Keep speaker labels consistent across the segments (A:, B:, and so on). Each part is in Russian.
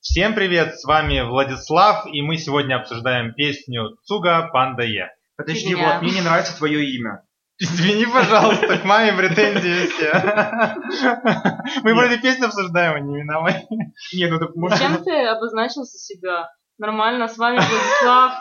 A: Всем привет, с вами Владислав, и мы сегодня обсуждаем песню Цуга Панда Е.
B: Подожди,
C: Фигня.
B: А вот мне не нравится твое имя.
A: Извини, пожалуйста, к маме претензии все. Мы вроде песню обсуждаем, а не имена мои.
B: Не, ну так можно...
C: Зачем ты обозначился себя? Нормально, с вами Владислав.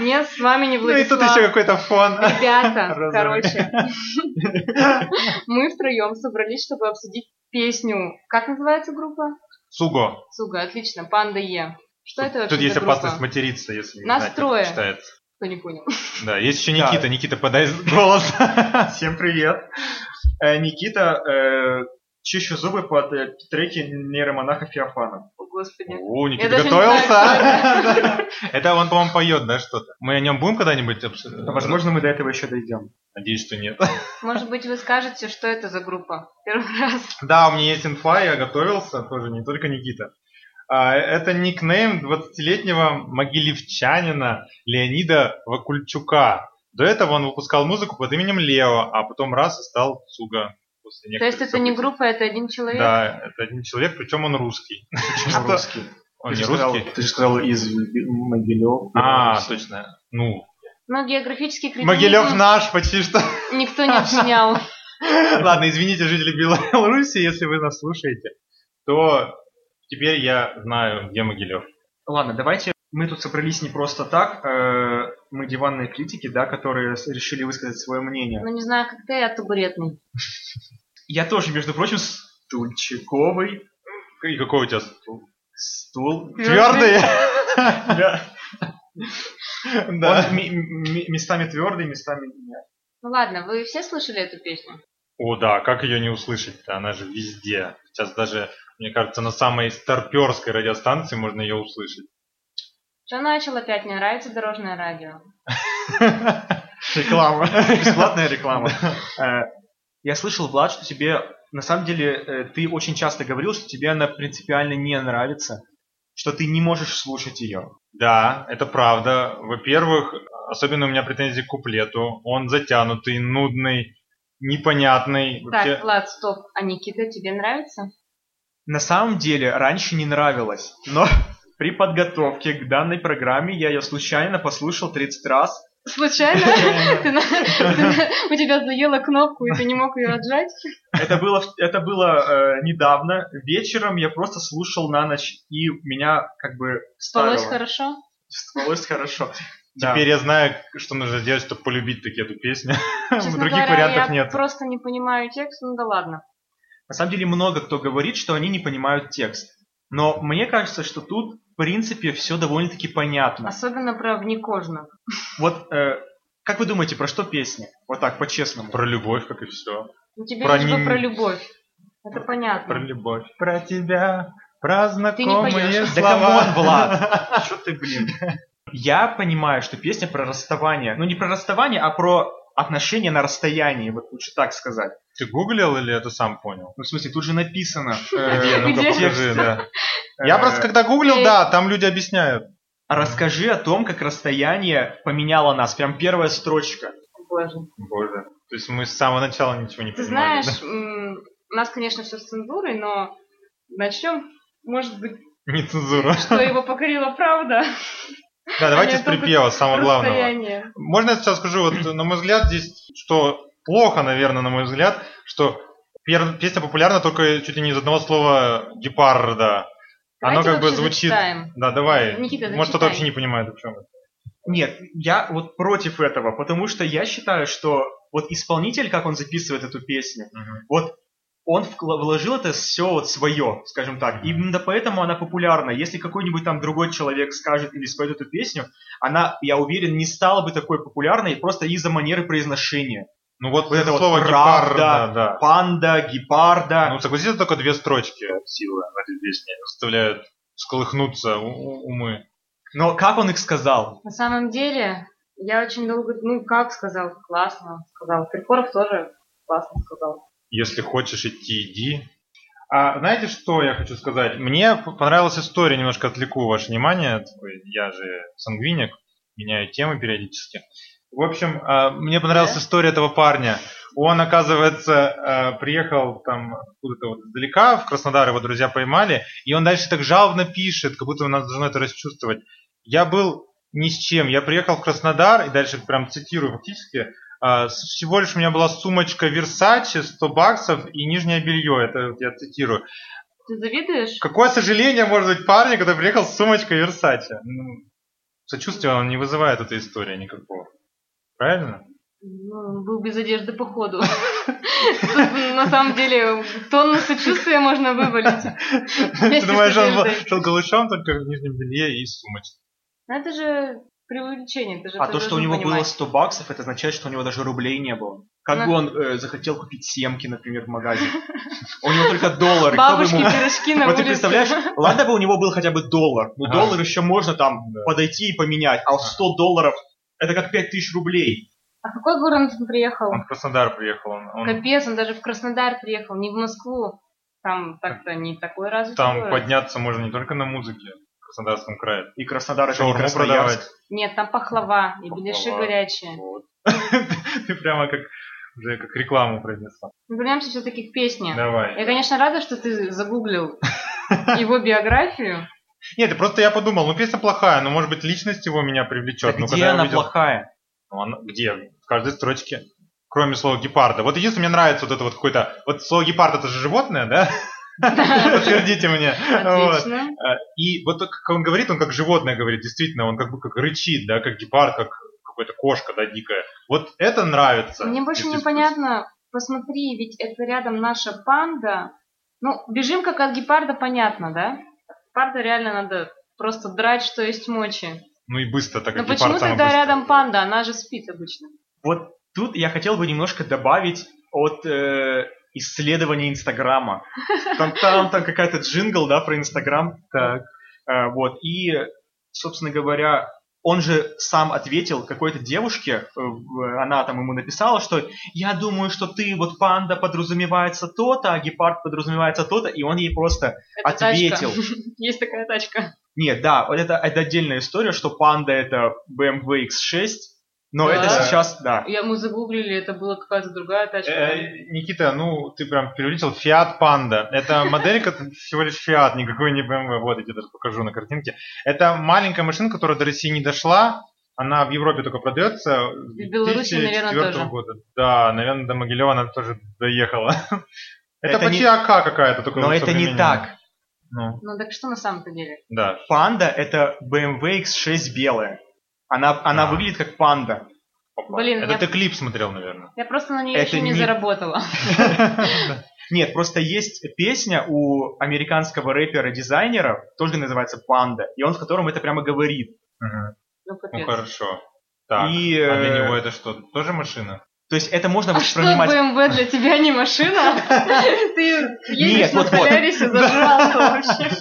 C: Нет, с вами не
A: Ну и тут
C: Владислав.
A: еще какой-то фон.
C: Ребята,
A: Розовый.
C: короче, мы втроем собрались, чтобы обсудить песню. Как называется группа?
A: Цуго.
C: Суга, отлично, Панда Е. Что это вообще
A: Тут
C: за
A: есть
C: группа?
A: опасность материться, если не
C: Нас
A: знаете,
C: трое.
A: как читается.
C: Кто не понял.
A: Да, есть еще
B: Да.
A: Никита. Никита, подай голос.
B: Всем привет. Э, Никита, э, чищу зубы под э, треки нейромонаха Феофана.
C: О, Господи.
A: О, Никита
C: даже не
A: готовился. Это он, по-моему, поет, да, что-то? Мы о нем будем когда-нибудь обсуждать?
B: А возможно, мы до этого еще дойдем.
A: Надеюсь, что нет.
C: Может быть, вы скажете, что это за группа? Первый раз.
A: Да, у меня есть инфа, я готовился тоже, не только Никита. А, Это никнейм 20-летнего могилевчанина Леонида Вакульчука. До этого он выпускал музыку под именем Лео, а потом раз и стал Цуга. после
C: То есть
A: некоторых
C: это не
A: событий.
C: группа, это один человек?
A: Да, это один человек, причем он русский.
B: Почему
A: Что?
B: русский?
A: Он
B: А
A: не
B: Ты же сказал-
A: русский?
B: Ты же сказал из Могилев.
A: А, точно. Ну,
C: Но географический критерий
A: Могилев наш почти что.
C: никто не объяснял.
A: Ладно, извините, жители Беларуси, если вы нас слушаете, то теперь я знаю, где Могилев.
B: Ладно, давайте мы тут собрались не просто так. э, Мы диванные критики, да, которые с- решили высказать свое мнение.
C: Ну, не знаю, как ты, я табуретный.
B: Я тоже, между прочим, стульчиковый
A: И какой у тебя стул?
B: стул.
A: Твердый?
B: Да.
A: Да.
B: Он ми- ми- местами твердый, местами нет.
C: Ну ладно, вы все слышали эту песню?
A: О, да, как ее не услышать-то? Она же везде. Сейчас даже, мне кажется, на самой старперской радиостанции можно ее услышать.
C: Что начал опять? Мне нравится дорожное радио.
B: Реклама. Бесплатная реклама. Э, Я слышал, Влад, что тебе, на самом деле, э, ты очень часто говорил, что тебе она принципиально не нравится, что ты не можешь слушать ее.
A: Да, это правда. Во-первых, особенно у меня претензии к куплету. Он затянутый, нудный, непонятный. Вообще-
C: Так, Влад, стоп. А Никита тебе нравится?
B: На самом деле, раньше не нравилось, но при подготовке к данной программе я ее случайно послушал 30 раз.
C: Случайно? Ты на- ты на- У тебя заела кнопку, и ты не мог ее отжать?
B: Это было, в- это было э, недавно. Вечером я просто слушал на ночь, и меня как бы
C: Спалось
B: ставило.
C: хорошо?
B: Спалось хорошо. Да.
A: Теперь я знаю, что нужно сделать, чтобы полюбить таки эту песню.
C: Честно
A: Других
C: говоря,
A: вариантов
C: я
A: нет.
C: просто не понимаю текст, ну да ладно.
B: На самом деле много кто говорит, что они не понимают текст. Но мне кажется, что тут, в принципе, все довольно-таки понятно.
C: Особенно про внекожных.
B: Вот э, как вы думаете, про что песня? Вот так, по-честному.
A: Про любовь, как и все.
C: Ну тебе
A: Про
C: лишь бы
A: ни-
C: про любовь. Это
A: Про
C: понятно.
A: любовь. Про тебя. Про знакомые
C: поешь.
A: слова.
B: Да камон, Влад! Что ты, блин? Я понимаю, что песня про расставание. Ну, не про расставание, а про отношения на расстоянии, вот лучше так сказать.
A: Ты гуглил или это сам понял?
B: Ну, в смысле, тут же написано.
A: Где?
B: э,
A: Ну-ка,
C: Где?
A: покажи, да. Я просто когда гуглил,
C: Эй.
A: да, там люди объясняют.
B: Расскажи о том, как расстояние поменяло нас. Прям первая строчка.
C: Боже.
A: Боже. То есть мы с самого начала ничего не
C: Ты
A: понимали.
C: знаешь, м, у нас, конечно, все с цензурой, но начнем, может быть,
A: да? Не цензура.
C: что его покорила правда.
A: Да, давайте
C: Они
A: с
C: только
A: припева, самого главного.
C: Расстояние.
A: Можно я сейчас скажу, вот на мой взгляд, здесь что плохо, наверное, на мой взгляд, что пер- песня популярна только чуть ли не из одного слова гепарда. Оно
C: Давайте
A: как бы
C: лучше
A: звучит.
C: зачитаем.
A: Да, давай.
C: Никита,
A: Может, кто-то
C: зачитай.
A: вообще не понимает, о чем это.
B: Нет, я вот против этого, потому что я считаю, что вот исполнитель, как он записывает эту песню, вот он вкла- вложил это все вот свое, скажем так. И именно поэтому она популярна. Если какой-нибудь там другой человек скажет или споет эту песню, она, я уверен, не стала бы такой популярной просто из-за манеры произношения.
A: Ну вот,
B: Вот
A: это
B: это вот
A: слово
B: правда.
A: гепарда, да.
B: Панда, гепарда.
A: Ну, согласись, это только две строчки от силы в этой песне заставляют всколыхнуться у- у- умы.
B: Но как он их сказал?
C: На самом деле, я очень долго, ну как сказал, классно сказал. Киркоров тоже классно сказал.
A: Если хочешь идти, иди. А знаете, что я хочу сказать? Мне п- понравилась история, немножко отвлеку ваше внимание. Такой, Я же сангвиник, меняю темы периодически. В общем, а, мне понравилась
C: Да?
A: история этого парня. Он, оказывается, э, приехал там откуда-то вот издалека, в Краснодар его друзья поймали, и он дальше так жалобно пишет, как будто он должно это расчувствовать. Я был ни с чем. Я приехал в Краснодар, и дальше прям цитирую фактически, а, с- всего лишь у меня была сумочка Versace, 100 баксов и нижнее белье, это вот я цитирую.
C: Ты завидуешь?
A: Какое сожаление может быть парня, когда приехал с сумочкой Versace? Ну, сочувствие он не вызывает эта история никакого. Правильно?
C: Ну, был без одежды по ходу. Тут, на самом деле, тонну сочувствия можно вывалить.
A: Ты
C: с
A: думаешь, он был-
C: одеждой.
A: шел голышом только в нижнем белье и сумочке?
C: Ну, Это же преувеличение. ты же
B: А
C: это
B: то, что у
C: должен
B: него было
C: понимать.
B: 100 баксов, это означает, что у него даже рублей не было. Как
C: Ну.
B: бы он э, захотел купить семки, например, в магазине. У него только доллар. и кто бы
C: Бабушки,
B: ему...
C: пирожки на
B: Вот ты
C: улице.
B: представляешь, ладно бы у него был хотя бы доллар. Ну,
A: А.
B: доллар еще можно там
A: Да.
B: подойти и поменять, а 100 долларов это как 5000 рублей.
C: А в какой город он приехал?
A: Он в Краснодар приехал. он- он
C: Капец, он даже в Краснодар приехал, не в Москву. Там так-то не такой развитый
A: там
C: город.
A: подняться можно не только на музыке в Краснодарском крае.
B: И Краснодар это не
A: Шаурму
B: Красноярск.
A: ну продавать.
C: Нет, там пахлава и беляши
A: Пахлава.
C: горячие.
A: Вот. Ты прямо как уже как рекламу произнесла.
C: Ну, Вернемся все-таки к песне. Я,
A: Давай.
C: конечно, рада, что ты загуглил его биографию.
A: Нет, просто я подумал, ну песня плохая, но может быть личность его меня привлечет.
B: Да
A: ну,
B: Где
A: когда я
B: она
A: увидел-
B: плохая?
A: Ну, она- где? В каждой строчке. Кроме слова гепарда. Вот единственное, мне нравится вот это вот какое-то... Вот слово гепард это же животное, да? Подтвердите мне. Вот.
C: Отлично.
A: А, И вот то, как он говорит, он как животное говорит, действительно, он как бы как рычит, да, как гепард, как какая-то кошка, да, дикая. Вот это нравится.
C: Мне больше
A: Если-
C: непонятно, посмотри, ведь это рядом наша панда. Ну, бежим как от гепарда, понятно, да? От гепарда реально надо просто драть, что есть мочи.
A: Ну и быстро, так
C: Но
A: как
C: почему
A: гепард самый
C: тогда
A: быстрый.
C: рядом панда? Она же спит обычно.
B: Вот тут я хотел бы немножко добавить от э, исследования Инстаграма. Там, там, там какая-то джингл, да, про Инстаграм. Так. Э, вот. И, собственно говоря, он же сам ответил какой-то девушке, э, в- она там ему написала, что «Я думаю, что ты, вот панда подразумевается то-то, а гепард подразумевается то-то», и он ей просто
A: А
C: Это тачка.
B: Ответил.
C: Есть такая тачка.
B: нет, да, вот это, это отдельная история, что панда это BMW X6, но это
C: Да.
B: сейчас, да.
C: Я, мы загуглили, это была какая-то другая тачка.
A: Э, Никита, ну ты прям перелетел. Фиат Панда. Это модель, которая всего лишь Фиат, никакой не BMW. Вот я тебе даже покажу на картинке. Это маленькая машина, которая до России не дошла. Она в Европе только продается.
C: В Беларуси, наверное,
A: 2004
C: тоже.
A: года. Да, наверное, до Могилева она тоже доехала. Это,
B: Это
A: почти
B: не-
A: АК какая-то. только
B: Но
A: вот
B: это не
A: современная.
B: так.
A: Ну,
C: Ну так что на самом-то деле?
A: да.
B: Панда это BMW X6 белая. Она, она
A: Да.
B: выглядит как панда.
A: Опа.
C: Блин,
A: это
C: я-
A: ты клип смотрел, наверное.
C: Я просто на нее
B: Это
C: еще не,
B: не-
C: заработала.
B: Нет, просто есть песня у американского рэпера-дизайнера, тоже называется «Панда», и он в котором это прямо говорит.
A: Мгм.
C: Ну
A: Ну
C: капец.
A: хорошо. Так.
B: И,
A: А для
B: э,
A: него это что, тоже машина?
B: То есть это можно
C: а что,
B: воспринимать...
C: БМВ для тебя не машина? Ты едешь
B: Нет,
C: на
B: вот-вот.
C: Солярисе, зажрался вообще.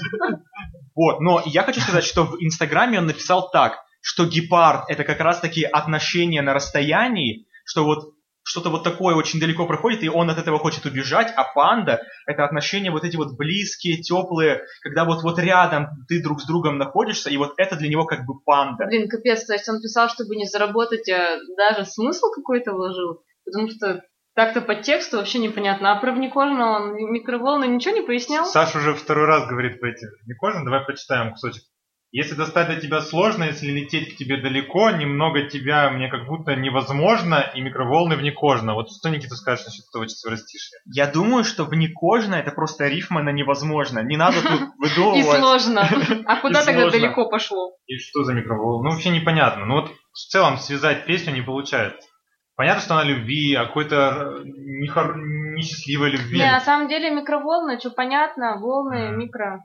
B: Вот, но я хочу сказать, что в Инстаграме он написал так, что гепард это как раз-таки отношения на расстоянии, что вот что-то вот такое очень далеко проходит, и он от этого хочет убежать, а панда — это отношения вот эти вот близкие, теплые, когда вот вот рядом ты друг с другом находишься, и вот это для него как бы панда.
C: Блин, капец, то есть он писал, чтобы не заработать, а даже смысл какой-то вложил, потому что так-то по тексту вообще непонятно. А про внекожного он микроволны ничего не пояснял?
A: Саша уже второй раз говорит про эти Никожин, давай прочитаем кусочек. Если достать до тебя сложно, если лететь к тебе далеко, немного тебя мне как будто невозможно, и микроволны вне кожно. Вот что, Никита, скажешь насчет этого четверостишия?
B: Я думаю, что внекожно — это просто рифма на невозможно. Не надо тут
C: И
B: выдумывать.
C: сложно. А куда
B: И
C: тогда
B: сложно.
C: далеко пошло?
A: И что за микроволны? Ну, вообще непонятно. Ну, вот в целом связать песню не получается. Понятно, что она любви, о какой-то э, нехор- несчастливой любви.
C: Не, на самом деле микроволны, что понятно, волны,
A: Мгм.
C: микро.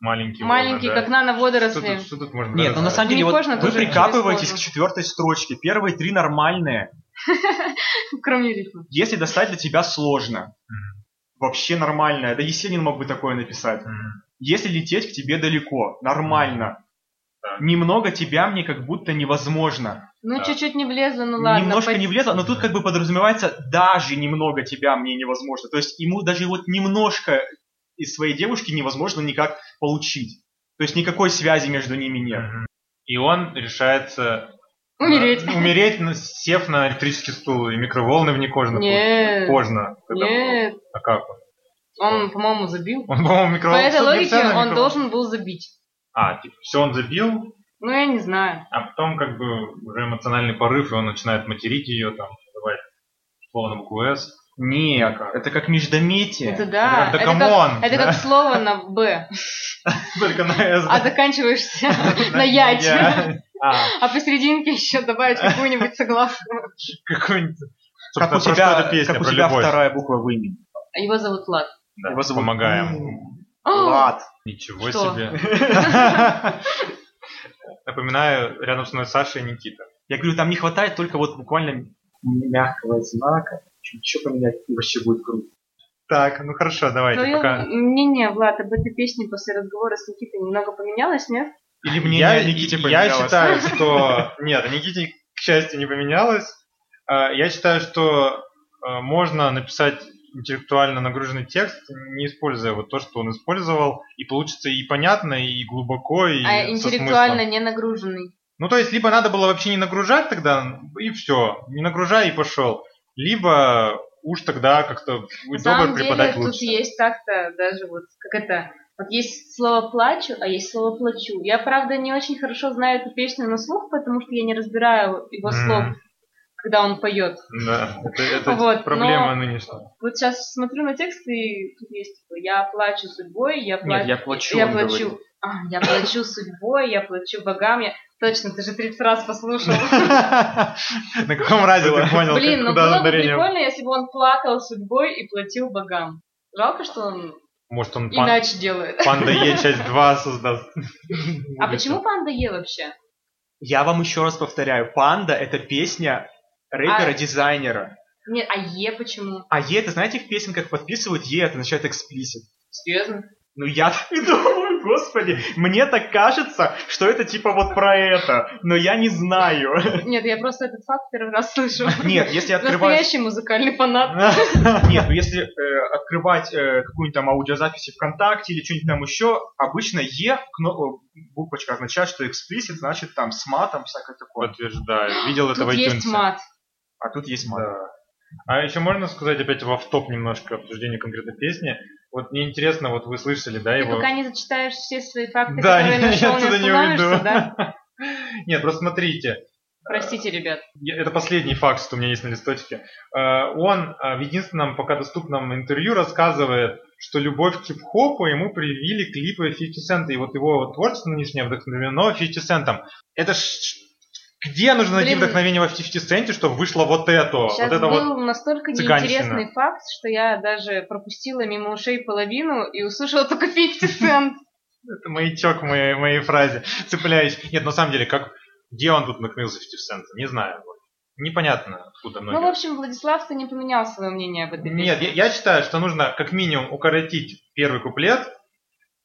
A: Маленькие.
C: Маленькие, как
A: что
C: нано-водоросли.
A: тут, что тут можно
B: Нет, ну на
A: доказать?
B: самом деле, вот
C: Внекожно
B: вы
C: тоже
B: прикапываетесь
C: сложно.
B: к четвертой строчке. Первые три нормальные,
C: Кроме рифма.
B: Если достать для тебя сложно.
A: Мгм.
B: Вообще нормально. Это Есенин мог бы такое написать.
A: Мгм.
B: Если лететь к тебе далеко, нормально.
A: Так.
B: Немного тебя мне как будто невозможно.
C: Ну,
A: Да.
C: чуть-чуть не влезло, ну ладно.
B: немножко
C: пой-
B: не влезло, но тут как бы подразумевается даже немного тебя мне невозможно. То есть ему даже вот немножко из своей девушки невозможно никак получить. То есть никакой связи между ними нет.
A: Мгм. И он решается
C: Умереть.
A: Да, Умереть, ну, сев на электрический стул и микроволны в Некожина.
C: Нет.
A: Позже. Тогда
C: Нет.
A: было. А как он?
C: Он, по-моему, забил.
A: Он, по-моему,
C: По
A: микроволны
C: этой логике
A: садился на
C: он
A: микроволн-
C: должен был забить.
A: А, типа, все он забил,
C: Ну, я не знаю.
A: а потом как бы уже эмоциональный порыв, и он начинает материть ее, там, называть слово на букву «С».
B: Нет, это как междометие.
C: Это да.
A: Это,
C: А, Это
A: камон,
C: как- это
A: да?
C: как слово на «б»,
A: Только на «С».
C: а
A: да.
C: заканчиваешься на
A: На
C: «ять».
A: «я». А,
C: А посерединке еще добавить какую-нибудь согласную.
A: какой-нибудь...
B: Как
A: Собственно, про
B: у тебя,
A: что эта песня,
B: как у
A: про
B: тебя
A: любовь.
B: вторая буква в имени.
C: Его зовут Влад. А,
A: Да,
B: Его зовут-
A: Помогаем.
C: О,
B: Лад.
A: Ничего
C: Что?
A: себе. Напоминаю, рядом со мной Саша и Никита.
B: Я говорю, там не хватает только вот буквально мягкого знака. Чуть-чуть поменять, и вообще будет круто.
A: Так, ну хорошо,
C: Ну,
A: давайте
C: я-
A: пока.
C: мнение, Влад, об этой песне после разговора с Никитой немного поменялось, нет?
B: Или мне
A: я,
B: Никите
A: я
B: поменялось.
A: считаю, что... Нет, Никите, к счастью, не поменялось. А, Я считаю, что э, можно написать интеллектуально нагруженный текст, не используя вот то, что он использовал, и получится и понятно, и глубоко, и
C: а
A: со
C: интеллектуально
A: смыслом.
C: не нагруженный.
A: Ну, то есть, либо надо было вообще не нагружать тогда, и все, не нагружай и пошел. Либо уж тогда как-то
C: На
A: будь добр
C: самом
A: преподать
C: деле тут
A: лучше.
C: есть так-то даже вот, как это, вот есть слово «плачу», а есть слово «плачу». Я, правда, не очень хорошо знаю эту песню на слух, потому что я не разбираю его
A: М.
C: слов, когда он поет.
A: Да, это, это
C: Вот,
A: проблема нынешняя.
C: Вот сейчас смотрю на текст, и тут есть типа «я плачу судьбой», «я плачу
B: Нет, я плачу,
C: я
B: он
C: плачу.
B: говорит.
C: А, я плачу судьбой, я плачу богам. Я... Точно, ты же 30 раз послушал.
A: На каком разе ты понял,
C: Блин,
A: как-
C: ну
A: куда
C: было бы
A: ударение?
C: прикольно, если бы он плакал судьбой и платил богам. Жалко, что он
A: Может, он пан-
C: иначе делает.
A: панда Е часть 2 создаст.
C: А почему панда Е вообще?
B: Я вам еще раз повторяю, «Панда» — это песня А. рэпера-дизайнера.
C: Нет, а Е почему?
B: А «Е» — это знаете, в песенках подписывают «Е» — это означает «эксплисит».
C: Серьезно?
B: Ну я так и думаю, господи, мне так кажется, что это типа вот про это, но я не знаю.
C: Нет, я просто этот факт первый раз слышу.
A: А,
B: Нет, если открывать...
C: Настоящий музыкальный фанат.
B: Нет, ну если э, открывать э, какую-нибудь там аудиозапись ВКонтакте или что-нибудь там еще, обычно «Е» кно- э, буквочка означает, что «эксплисит» значит там с матом, всякое такое.
A: Подтверждаю, видел это в
C: Тут есть
A: iTunes.
C: мат.
B: А тут есть мат.
A: Да. А еще можно сказать опять в топ немножко обсуждение конкретной песни. Вот мне интересно, вот вы слышали, да,
C: Ты
A: его?
C: пока не зачитаешь все свои факты,
A: Да,
C: которые
A: я,
C: нашел, не
A: отсюда не
C: остановишься,
A: уйду.
C: да?
A: Нет, просто смотрите.
C: Простите, ребят.
A: Я- Это последний факт, что у меня есть на листочке. Э, Он э, в единственном пока доступном интервью рассказывает, что любовь к хип-хопу ему привили клипы 50 Cent. И вот его вот творчество нынешнее вдохновлено 50 Cентом. Это ж... ж- Где нужно найти
C: Блин.
A: вдохновение во 50 Cent, чтобы вышло вот это?
C: Сейчас
A: вот это вот...
C: был настолько
A: цыганщина.
C: неинтересный факт, что я даже пропустила мимо ушей половину и услышала только 50 Cent.
A: Это маячок в моей, моей фразе, цепляющий. Нет, на самом деле, как... Где он тут вдохновился 50 Cent? Не знаю. Вот. Непонятно, откуда
C: Ну,
A: многие.
C: в общем, Владислав, ты не поменял свое мнение об этой песне.
A: Нет, я, я считаю, что нужно как минимум укоротить первый куплет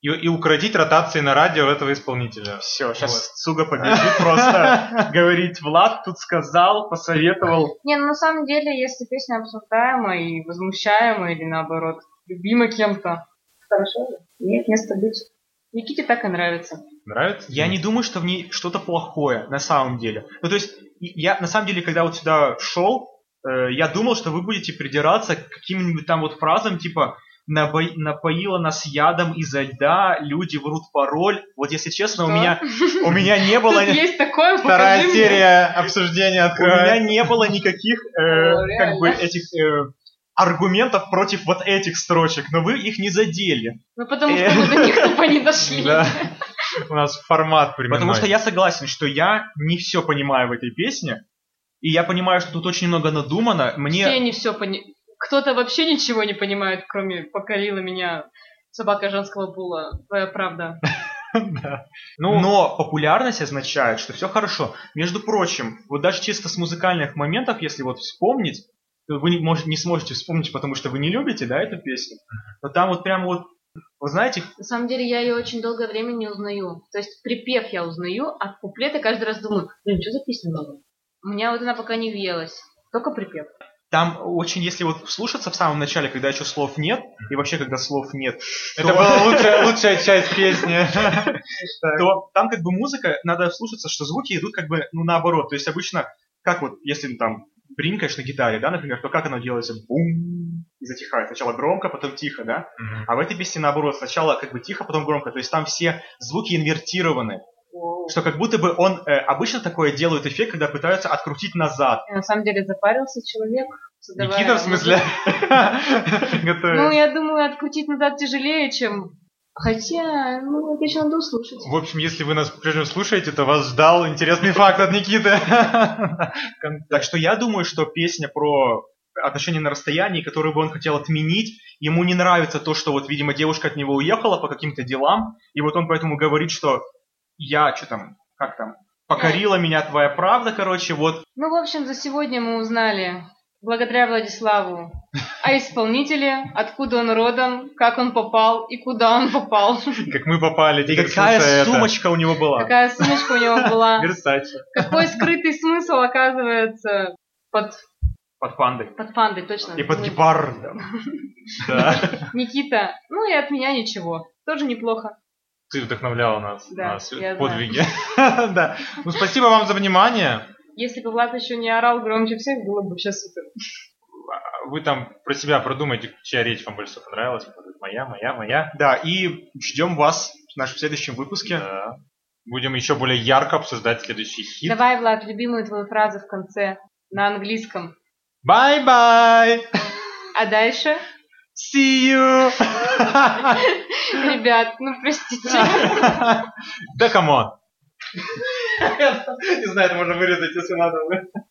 A: и, и укоротить ротации на радио этого исполнителя.
B: Все,
A: Вот.
B: сейчас Суга побежит просто говорить. Влад тут сказал, посоветовал.
C: Не, ну на самом деле, если песня обсуждаема и возмущаема, или наоборот, любима кем-то, хорошо же, имеет место быть. Никите так и нравится.
A: Нравится?
B: Я не думаю, что в ней что-то плохое на самом деле. Ну, то есть, и- я на самом деле, когда вот сюда шел, э, я думал, что вы будете придираться к каким-нибудь там вот фразам, типа «Набо- напоила нас ядом изо льда, люди врут пароль. Вот если честно, у
C: Что?
B: меня, у меня не было...
C: Тут есть такое,
A: Вторая
C: покажи мне.
A: серия обсуждения
B: У меня
A: открывается.
B: не было никаких э,
C: О,
B: как бы
C: реально.
B: этих э, аргументов против вот этих строчек, но вы их не задели.
C: Ну, потому что мы до них тупо не дошли.
A: Э. Да. У нас формат примерно.
B: Потому что я согласен, что я не все понимаю в этой песне, и я понимаю, что тут очень много надумано.
C: Все
B: Мне
C: не все пони... Кто-то вообще ничего не понимает, кроме покорила меня собака женского пола. Твоя правда.
A: Ну,
B: но популярность означает, что все хорошо. Между прочим, вот даже чисто с музыкальных моментов, если вот вспомнить, то вы, не- может, не сможете вспомнить, потому что вы не любите, да, эту песню. Но там вот прям вот, вы знаете,
C: На самом деле я ее очень долгое время не узнаю. То есть припев я узнаю, а куплеты каждый раз думаю, блин, что за песня новая? У меня вот она пока не въелась. Только припев.
B: Там очень, если вот слушаться в самом начале, когда еще слов нет, и вообще, когда слов нет,
A: Это была лучшая, лучшая часть песни.
B: то там как бы музыка, надо слушаться, что звуки идут как бы, ну, наоборот. То есть обычно, как вот, если ну, там бринкаешь на гитаре, да, например, то как оно делается? Бум! И затихает. Сначала громко, потом тихо, да? А в этой песне наоборот. Сначала как бы тихо, потом громко. То есть там все звуки инвертированы.
C: Воу.
B: Что как будто бы он... э, обычно такое делают эффект, когда пытаются открутить назад.
C: И на самом деле запарился человек. создавая
A: Никита, в смысле,
C: Ну,
B: Ну,
A: готовит.
C: я думаю, открутить назад тяжелее, чем... Хотя, ну, отлично надо услышать.
A: В общем, если вы нас по-прежнему слушаете, то вас ждал интересный факт от Никиты.
B: Так что я думаю, что песня про отношения на расстоянии, которую бы он хотел отменить, ему не нравится то, что вот, видимо, девушка от него уехала по каким-то делам, и вот он поэтому говорит, что я, что там, как там, покорила меня твоя правда, короче, вот
C: Ну, в общем, за сегодня мы узнали, благодаря Владиславу, о исполнителе, откуда он родом, как он попал и куда он попал,
A: Как мы попали,
B: И
A: теперь
B: какая
A: слушая это.
B: сумочка у него была.
C: какая сумочка у него была,
A: Версаче.
C: какой скрытый смысл оказывается под,
B: Под пандой.
C: под пандой, точно.
B: И под
C: Ну,
B: гепардом.
A: Да.
C: Никита, ну и от меня ничего, тоже неплохо.
A: Ты вдохновляла нас
C: Да,
A: на
C: я знаю.
A: подвиги. Да. Ну, спасибо вам за внимание.
C: Если бы Влад еще не орал громче всех, было бы вообще супер.
A: Вы там про себя продумайте, чья речь вам больше всего понравилась. Может быть, Моя, моя, моя.
B: Да, и ждем вас в нашем следующем выпуске.
A: Да. Будем еще более ярко обсуждать следующий хит.
C: Давай, Влад, любимую твою фразу в конце на английском.
A: Bye-bye!
C: А дальше,
A: See you!
C: ребят, ну простите.
A: Да, камон! Не знаю, это можно вырезать, если надо.